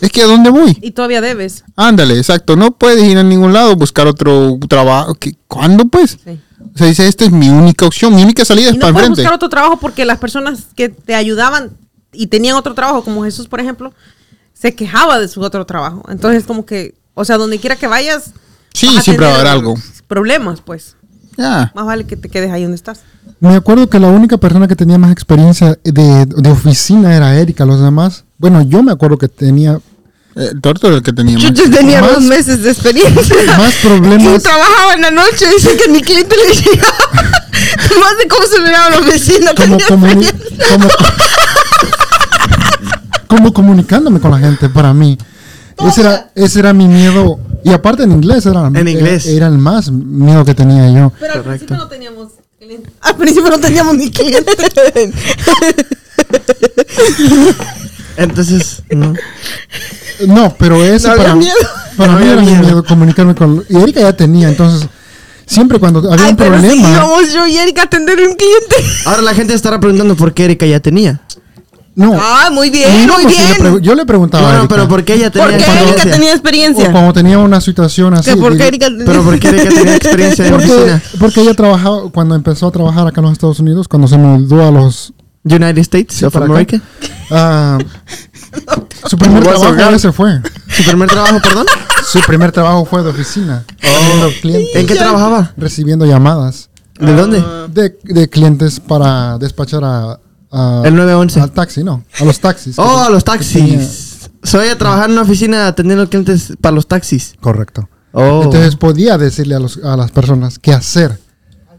S1: Es que ¿a dónde voy?
S6: Y todavía debes.
S1: Ándale, exacto, no puedes ir a ningún lado, buscar otro trabajo. ¿Qué- ¿Cuándo pues?
S6: Sí.
S1: O sea, dice, esta es mi única opción, mi única salida
S6: Y
S1: es
S6: no
S1: para
S6: puedes
S1: enfrente.
S6: buscar otro trabajo porque las personas que te ayudaban y tenían otro trabajo, como Jesús, por ejemplo, se quejaba de su otro trabajo. Entonces, como que, o sea, donde quiera que vayas.
S1: Sí,
S6: vas
S1: siempre va a
S6: tener
S1: haber algo.
S6: Problemas, pues.
S1: Ya.
S6: Más vale que te quedes ahí donde estás.
S5: Me acuerdo que la única persona que tenía más experiencia de, de oficina era Erika, los demás. Bueno, yo me acuerdo que tenía
S1: Eh, Tortuga el que teníamos.
S2: Yo ya tenía
S5: Más-
S2: dos meses de experiencia.
S5: más
S2: Yo
S5: problemas.
S2: trabajaba en la noche, dice que mi cliente le llegaba. Más de cómo se miraban los vecinos.
S5: como,
S2: tenía
S5: comuni-
S2: experiencia.
S5: como, como comunicándome con la gente para mí. Ese era, ese era mi miedo. Y aparte en inglés era, eh,
S3: En inglés.
S5: era, el más miedo que tenía yo.
S6: Pero
S3: al principio Correcto.
S6: no teníamos.
S2: Al principio no teníamos ni cliente.
S3: Entonces, no.
S5: No, pero ese
S2: No había
S5: para,
S2: miedo.
S5: para
S3: No
S5: mí
S3: había
S5: era mi
S3: miedo.
S5: miedo comunicarme con... Y Erika ya tenía, entonces siempre cuando había
S2: Ay,
S5: un
S2: pero si
S5: problema...
S2: íbamos yo y Erika a atender a un cliente.
S3: Ahora la gente estará preguntando por qué Erika ya tenía.
S5: No,
S2: Ah, muy bien,
S5: íbamos
S2: muy
S5: y le
S2: bien.
S5: pregu- yo le preguntaba a
S3: No, no,
S5: Erika,
S3: pero por qué ella tenía
S2: ¿Por qué Erika
S3: experiencia?
S2: tenía experiencia?
S5: o cuando tenía una situación así...
S2: Que ¿Por qué
S5: digo,
S2: Erika
S3: Pero por qué Erika tenía experiencia en
S5: porque,
S3: oficina.
S5: porque ella trabajaba, cuando empezó a trabajar acá en los Estados Unidos, cuando se mudó a los
S3: United States of
S5: para acá.
S3: America.
S5: Ah, su primer
S3: Bolsa
S5: trabajo
S3: hogar.
S5: ese fue.
S3: Su primer trabajo, perdón.
S5: Su primer trabajo fue de oficina. atendiendo clientes,
S3: Oh. ¿En qué trabajaba?
S5: Recibiendo llamadas
S3: ¿De dónde?
S5: de, de clientes para despachar a, a-
S3: El 911.
S5: al taxi, no, a los taxis. que-
S3: Oh, a los
S5: que tenía-
S3: taxis. Soy a trabajar en una oficina atendiendo clientes para los taxis.
S5: Correcto.
S3: Oh.
S5: Entonces podía decirle a, los- a las personas qué hacer,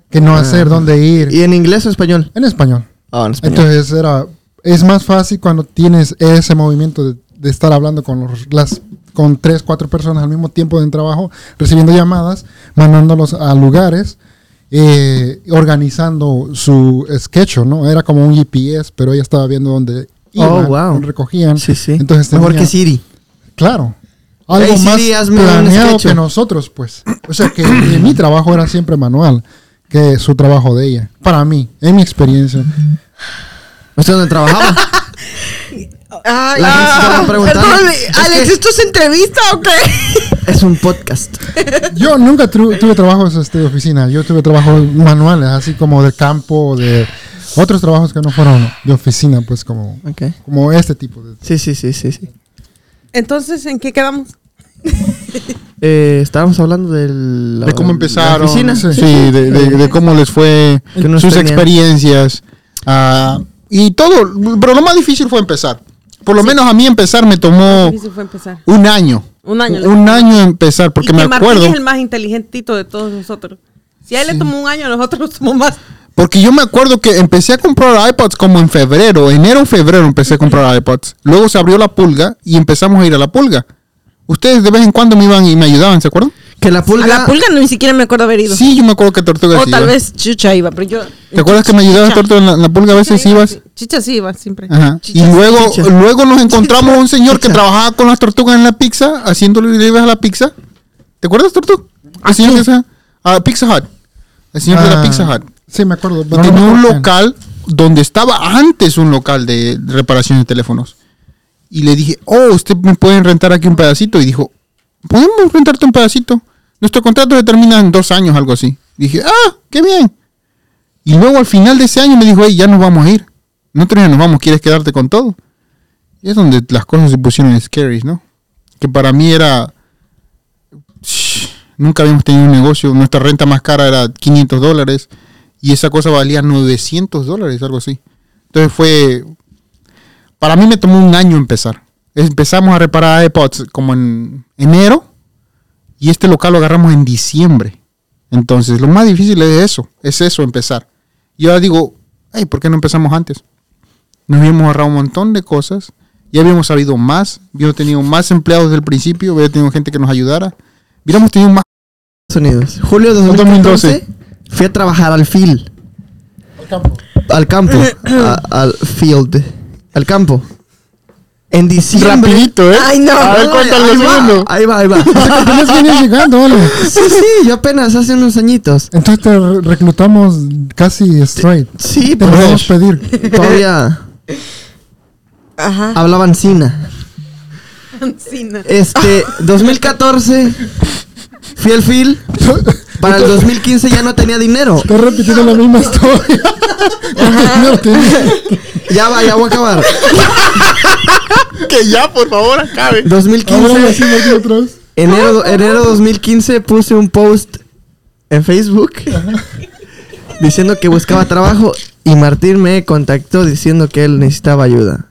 S5: qué no hacer, dónde ir,
S3: Ah. ¿Y en inglés o español?
S5: en español.
S3: Ah, en español.
S5: Entonces era, es más fácil cuando tienes ese movimiento de, de estar hablando con los- las con tres, cuatro personas al mismo tiempo en trabajo, recibiendo llamadas, mandándolos a lugares, eh, organizando su sketch, ¿no? Era como un GPS, pero ella estaba viendo dónde iban,
S3: Oh, wow.
S5: dónde recogían.
S3: sí, sí.
S5: Entonces
S3: Mejor
S5: tenía-
S3: que Siri.
S5: Claro. Algo
S3: Hey,
S5: más
S3: Siri, hazme un
S5: planeado
S3: sketch.
S5: que nosotros, pues. O sea, que mi trabajo era siempre manual, que su trabajo de ella. Para mí, en mi experiencia.
S3: ¿Usted dónde trabajaba?
S2: Ay, ah,
S3: La gente estaba preguntando.
S2: perdón,
S3: Es
S2: Alex,
S3: que-
S2: ¿esto es entrevista o qué?
S3: es un podcast.
S5: Yo nunca tru- tuve trabajos este, de oficina, yo tuve trabajos manuales, así como de campo, de otros trabajos que no fueron de oficina, pues como,
S3: Ok.
S5: como este tipo de...
S3: Sí, sí, sí, sí. sí.
S6: Entonces, ¿en qué quedamos?
S3: Eh, estábamos hablando del,
S1: de cómo
S3: la
S1: empezaron,
S3: oficina.
S1: sí, de,
S5: Eh,
S1: de- de cómo les fue,
S3: Que no
S1: sus
S3: tenían.
S1: experiencias ah, y todo. Pero lo más difícil fue empezar. Por lo menos a mí empezar me tomó
S6: Difícil fue empezar.
S1: un año.
S6: Un año.
S1: Un año empezar, porque
S6: y
S1: me
S6: que Martín
S1: acuerdo.
S6: es el más inteligentito de todos nosotros. Si a él le tomó un año, a nosotros nos tomó más.
S1: Porque yo me acuerdo que empecé a comprar iPods como en febrero, enero o febrero empecé a comprar iPods. Luego se abrió la pulga y empezamos a ir a la pulga. Ustedes de vez en cuando me iban y me ayudaban, ¿se acuerdan?
S3: Que la
S2: A
S3: pulga.
S2: la pulga no, ni siquiera me acuerdo haber ido.
S1: Sí, yo me acuerdo que Tortuga
S2: o
S1: sí
S2: tal
S1: iba.
S2: vez Chucha iba, pero yo.
S1: ¿Te acuerdas que me ayudabas, Tortuga, en la, en la pulga a veces ibas?
S6: Chicha sí iba siempre.
S1: Ajá. Y
S2: Chichas,
S1: luego,
S3: chichas.
S1: luego nos encontramos un señor que trabajaba con las tortugas en la pizza, haciéndole libres a la pizza. ¿Te acuerdas, Tortuga? El señor que se- a Pizza Hut. El señor de la
S5: Ah,
S1: Pizza Hut.
S5: Sí, me acuerdo. pero
S1: Tenía
S5: no me
S1: un
S5: acuerdo
S1: local donde estaba antes un local de reparación de teléfonos. Y le dije, oh, usted me pueden rentar aquí un pedacito. Y dijo, podemos rentarte un pedacito. Nuestro contrato se termina en dos años, algo así. Dije, ah, qué bien. Y luego al final de ese año me dijo, hey, ya nos vamos a ir. Nosotros ya nos vamos, ¿quieres quedarte con todo? Y es donde las cosas se pusieron scary, ¿no? Que para mí era... Shh, Nunca habíamos tenido un negocio. Nuestra renta más cara era 500 dólares. Y esa cosa valía 900 dólares, algo así. Entonces fue... Para mí me tomó un año empezar. Empezamos a reparar iPods como en enero. Y este local lo agarramos en diciembre. Entonces lo más difícil es eso. Es eso, empezar. Y ahora digo, hey, ¿por qué no empezamos antes? Nos habíamos ahorrado un montón de cosas. Ya habíamos sabido más. Habíamos tenido más empleados desde el principio. Habíamos tenido gente que nos ayudara. Hubiéramos tenido más.
S3: Estados Unidos. Julio de 2012. Fui a trabajar al field.
S5: Al campo.
S3: Al campo. a- al field. Al campo. En diciembre.
S1: Rapidito, ¿eh?
S2: Ay, no.
S1: A ver cuánto lo
S3: ahí, va,
S1: segundo.
S3: ahí va, ahí va.
S5: Apenas vienes llegando, Ale.
S3: sí, sí, yo apenas hace unos añitos.
S5: Entonces te re- reclutamos casi straight.
S3: Sí,
S5: Te podemos
S3: pero
S5: pedir.
S1: pues,
S3: todavía
S2: Ajá.
S3: hablaban Sina.
S6: Encina.
S3: Este, 2014 fui al fil. Para el 2015 ya no tenía dinero.
S5: Estás repitiendo la misma historia. No tiene-
S3: Ya va, ya voy a acabar.
S1: Que ya, por favor, acabe.
S3: 2015
S5: Ahora sí, aquí otra vez.
S3: Enero, enero 2015 puse un post en Facebook diciendo que buscaba trabajo y Martín me contactó diciendo que él necesitaba ayuda.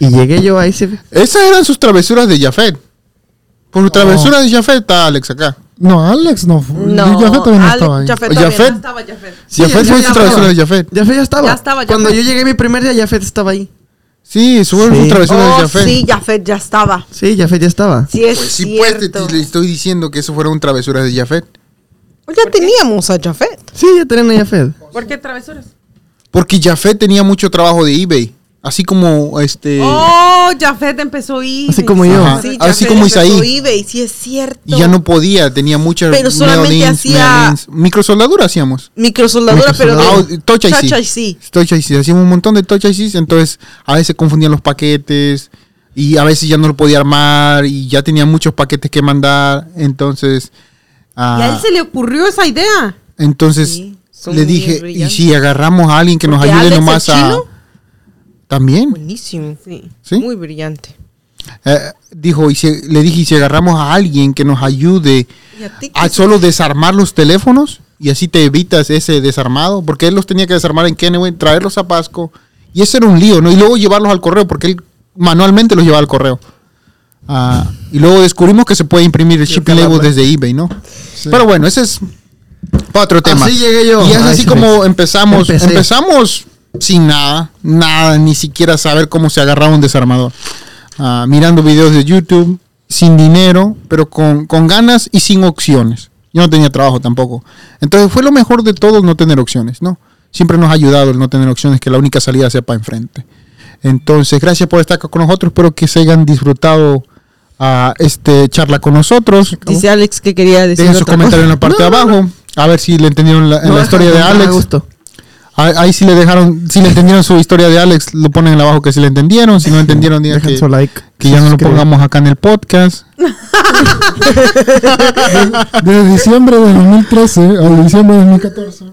S3: Y llegué yo a ese...
S1: Esas eran sus travesuras de Jafet. Por su travesura de Jafet está Alex acá.
S5: No, Alex no. fue.
S2: No,
S5: Jafet también no
S2: Alex-
S5: estaba ahí.
S2: Jafet
S1: O
S2: todavía
S1: Jafet.
S2: no.
S6: Estaba Jafet.
S3: Sí,
S1: Jafet fue
S3: ya- ya
S1: su
S3: estaba.
S1: travesura de Jafet.
S3: Jafet ya estaba.
S6: Ya estaba, Jafet.
S3: Cuando yo llegué mi primer día, Jafet estaba ahí.
S1: Sí, su fue
S3: Sí.
S1: su travesura de
S2: Oh,
S1: Jafet.
S2: sí, Jafet ya estaba.
S3: Sí, Jafet ya estaba.
S2: Sí, es
S1: Pues sí, pues te,
S2: cierto.
S1: te- le estoy diciendo que eso fueron travesuras de Jafet.
S2: Pues ya teníamos a Jafet.
S3: Sí, ya tenían a Jafet.
S6: ¿Por qué travesuras?
S1: Porque Jafet tenía mucho trabajo de eBay. Así como este.
S6: Oh, Jafet empezó eBay.
S3: Así como yo.
S1: Ajá. Así como
S2: empezó
S1: Isaí.
S2: eBay, sí es cierto.
S1: Y ya no podía, tenía muchas.
S2: Pero solamente hacía-
S1: Microsoldadura hacíamos.
S2: Microsoldadora, pero de-
S1: Ah, touch IC.
S2: Touch IC.
S1: Touch IC. Hacíamos un montón de touch ICs, entonces a veces confundían los paquetes y a veces ya no lo podía armar y ya tenía muchos paquetes que mandar, entonces
S6: Y a él
S1: ah,
S6: se le ocurrió esa idea.
S1: entonces
S2: Sí, son
S1: le
S2: muy
S1: dije, ¿y
S2: brillantes.
S1: si agarramos a alguien que nos
S2: Porque
S1: ayude
S2: Alex, el
S1: nomás a
S2: chino,
S1: también?
S2: Buenísimo.
S6: Sí.
S1: ¿Sí?
S2: Muy brillante.
S1: Eh, dijo, y si- le dije, ¿y si agarramos a alguien que nos ayude
S2: ¿Y a ti qué
S1: a Ah, solo desarmar los teléfonos y así te evitas ese desarmado, porque él los tenía que desarmar en Kennewick, traerlos a Pasco y ese era un lío, ¿no? Y luego llevarlos al correo, porque él manualmente los llevaba al correo. Ah, y luego descubrimos que se puede imprimir el shipping label desde eBay, ¿no? Pero bueno, ese es otro tema.
S3: Así llegué yo.
S1: Y es
S3: Ay,
S1: así
S3: sí,
S1: como
S3: me-
S1: empezamos.
S3: empecé.
S1: Empezamos sin nada, nada, ni siquiera saber cómo se agarraba un desarmador. Ah, mirando videos de YouTube, sin dinero, pero con, con ganas y sin opciones. Yo no tenía trabajo tampoco. Entonces fue lo mejor de todo no tener opciones, ¿no? Siempre nos ha ayudado el no tener opciones, que la única salida sea para enfrente. Entonces, gracias por estar acá con nosotros. Espero que se hayan disfrutado ah, este charla con nosotros.
S2: Dice Alex que quería decir
S1: Dejen sus
S2: otra
S1: comentarios en la parte
S3: No,
S1: de
S3: no,
S1: abajo. A ver si le entendieron la, en
S3: No,
S1: la historia de
S3: Jafet, me
S1: Alex.
S3: gustó.
S1: Ahí, ahí sí le dejaron, si le entendieron su historia de Alex, lo ponen en abajo que si le entendieron. Si no entendieron, digan
S3: Dejan
S1: que,
S3: su like.
S1: que ya no lo
S3: suscriben.
S1: pongamos acá en el podcast.
S5: De diciembre de 2013 a diciembre de 2014.
S2: cosa.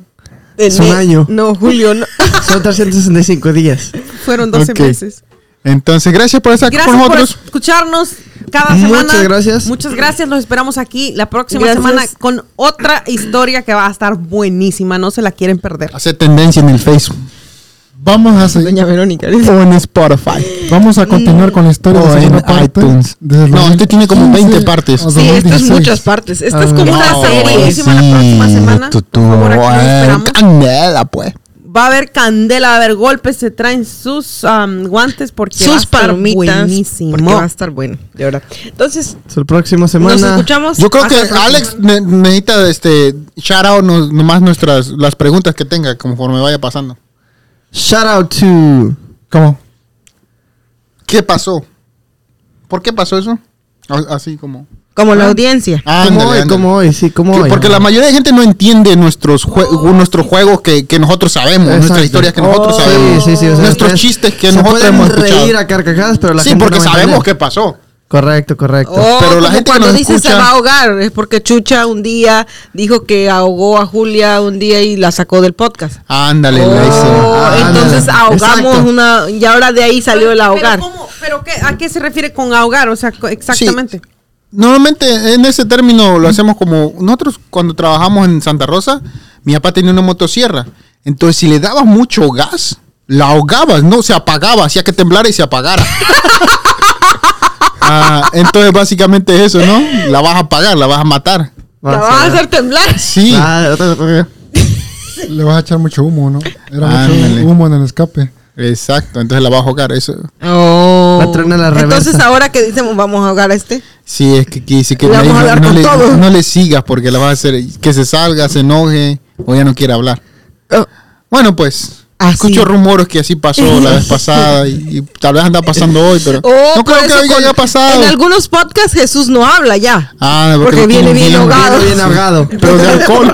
S3: Es un
S2: Eh,
S3: año.
S2: No, Julio, no.
S3: Son 365 días.
S6: Fueron 12
S1: Ok.
S6: meses.
S1: Entonces, gracias por estar
S6: Gracias
S1: con
S6: por
S1: nosotros.
S6: escucharnos cada
S3: Muchas
S6: semana.
S3: gracias.
S6: Muchas gracias. Los esperamos aquí la próxima
S2: Gracias.
S6: semana con otra historia que va a estar buenísima. No se la quieren perder.
S1: Hacer tendencia en el Facebook
S5: Vamos a seguir.
S2: Doña Verónica.
S1: o en Spotify.
S5: Vamos a continuar con la historia
S1: O
S5: de la segunda
S1: Oh, en
S5: parte.
S1: iTunes.
S5: desde el
S1: No, este tiene como
S5: 2015
S1: 20 partes.
S5: hasta
S2: Sí, estas
S5: 2016.
S2: muchas partes. Esta
S1: Ah,
S2: es como
S6: Esta
S2: una
S6: va a estar
S2: serie.
S6: buenísima la próxima semana.
S1: Tú, tú,
S6: Por favor, aquí los
S1: eh,
S6: esperamos.
S1: Candela, pues.
S6: Va a haber candela, va a haber golpes. Se traen sus am, guantes porque va a
S2: Sus
S6: estar
S2: palomitas.
S6: buenísimo.
S2: Porque va a estar bueno, de verdad. Entonces,
S3: Hasta la próxima semana.
S2: nos escuchamos.
S1: Yo creo que
S2: hasta la próxima.
S1: Alex ne- necesita este shout out nos- nomás nuestras las preguntas que tenga conforme vaya pasando.
S3: Shout out to...
S5: ¿Cómo?
S1: ¿Qué pasó? ¿Por qué pasó eso? A- Así como.
S2: Como la audiencia.
S3: como
S1: Ándale,
S3: hoy,
S1: ándale.
S3: como hoy, sí, como
S1: Que-
S3: hoy.
S1: Porque la mayoría de gente no entiende nuestros, jue- nuestros juegos que, que nosotros sabemos,
S3: Exacto.
S1: nuestras historias que nosotros
S3: Oh,
S1: sabemos,
S3: sí, sí, sí, o sea,
S1: nuestros
S3: ustedes
S1: chistes que
S3: se
S1: nosotros
S3: pueden
S1: hemos
S3: reír
S1: escuchado.
S3: a carcajadas, pero la
S1: Sí,
S3: gente
S1: porque
S3: no va a
S1: sabemos
S3: entender.
S1: que pasó.
S3: Correcto, correcto.
S2: Oh,
S1: Pero la
S2: como
S1: gente que
S2: cuando
S1: nos
S2: dice
S1: escucha-
S2: se va a ahogar es porque Chucha un día dijo que ahogó a Julia un día y la sacó del podcast.
S1: Ándale,
S2: Oh,
S1: la hice.
S3: Ah,
S2: entonces
S3: ándale.
S2: ahogamos
S3: Exacto.
S2: una y ahora de ahí salió el
S6: Pero-
S2: ahogar.
S6: Pero, cómo- pero qué- ¿a qué se refiere con ahogar? O sea, co- exactamente.
S1: Normalmente en ese término lo hacemos como nosotros cuando trabajamos en Santa Rosa, mi papá tenía una motosierra. Entonces si le dabas mucho gas, la ahogabas, no se apagaba, hacía que temblara y se apagara. Ah, entonces básicamente eso, ¿no? La vas a apagar, la vas a matar.
S2: La vas a hacer temblar.
S1: Sí.
S3: Ah, otra- otra-
S5: Le vas a echar mucho humo, ¿no? Era
S1: Ándale.
S5: mucho humo en el escape.
S1: Exacto, entonces la vas a ahogar, eso.
S2: Oh.
S3: La truena a la reversa.
S2: Entonces ahora que dicen vamos a ahogar a este.
S1: Sí, es que, que, sí que
S2: Le
S1: ahí
S2: vamos a
S1: no,
S2: dar
S1: no
S2: con
S1: le,
S2: todo.
S1: no le sigas porque la vas a hacer que se salga, se enoje. O ya no quiere hablar.
S2: Oh. Ah,
S1: Bueno, pues.
S2: Así.
S1: Escucho rumores que así pasó la vez pasada y, y tal vez anda pasando hoy, pero
S2: Oh,
S1: no
S2: por
S1: creo que
S2: eso
S1: haya
S2: con-
S1: haya pasado.
S2: En algunos podcasts Jesús no habla ya.
S1: Ah,
S2: Porque
S1: lo
S2: viene
S1: tienen
S2: bien ahogado.
S3: Bien ahogado.
S1: Pero de alcohol.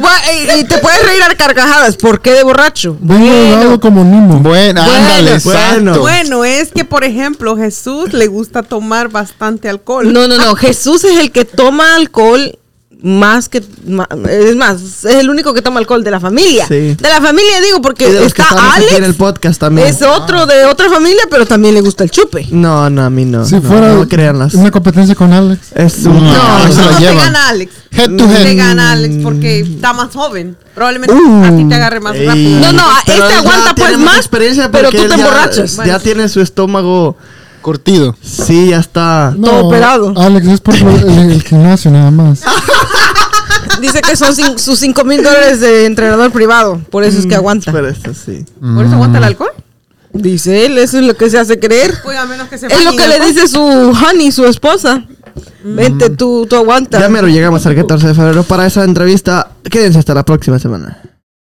S2: Bueno, y, y te puedes reír a carcajadas. ¿Por qué de borracho?
S5: Vengo ahogado como Nimo.
S1: Bueno, ándale,
S3: bueno.
S1: exacto.
S6: Bueno, es que por ejemplo Jesús le gusta tomar bastante alcohol.
S2: No, no, no. Jesús es el que toma alcohol más que. ma- es más, es el único que toma alcohol de la familia.
S3: Sí.
S2: De la familia, digo, porque
S3: Y de los que
S2: está
S3: estamos aquí
S2: Alex.
S3: en el podcast también.
S2: Es otro de otra familia, pero también le gusta el chupe.
S3: No, no, a mí no.
S5: Si
S3: no,
S5: fuera
S3: no créanlas.
S5: una competencia con Alex.
S3: Es un-
S1: No,
S6: No,
S1: se
S6: no,
S1: la
S6: no te
S1: llevan.
S6: gana Alex.
S1: Head to
S6: No te
S1: head.
S6: gana Alex porque está más joven. Probablemente a ti te agarre más
S3: Ey.
S6: rápido.
S2: Uh. No, no, a-
S3: Pero
S2: este
S3: él ya
S2: aguanta
S3: tiene
S2: pues
S3: mucha
S2: más,
S3: experiencia
S2: pero
S3: porque
S2: tú
S3: él
S2: te
S3: ya-
S2: emborrachas.
S3: Ya tiene su estómago.
S1: Curtido.
S3: Sí, ya está.
S2: Todo operado. Ah,
S5: Alex es por lo- el, el gimnasio nada más.
S2: Dice que son cin- sus 5 mil dólares de entrenador privado. Por eso es que aguanta.
S3: Mm, Pero esto sí.
S6: Por eso aguanta el alcohol.
S2: Dice él, eso es lo que se hace creer.
S6: Pues a menos que se
S2: Es lo
S6: bañen
S2: que le
S6: alcohol.
S2: dice su honey, su esposa.
S3: Mm.
S2: Vente, tú, tú aguantas.
S3: Ya mero llegamos al 14 de febrero para esa entrevista. Quédense hasta la próxima semana.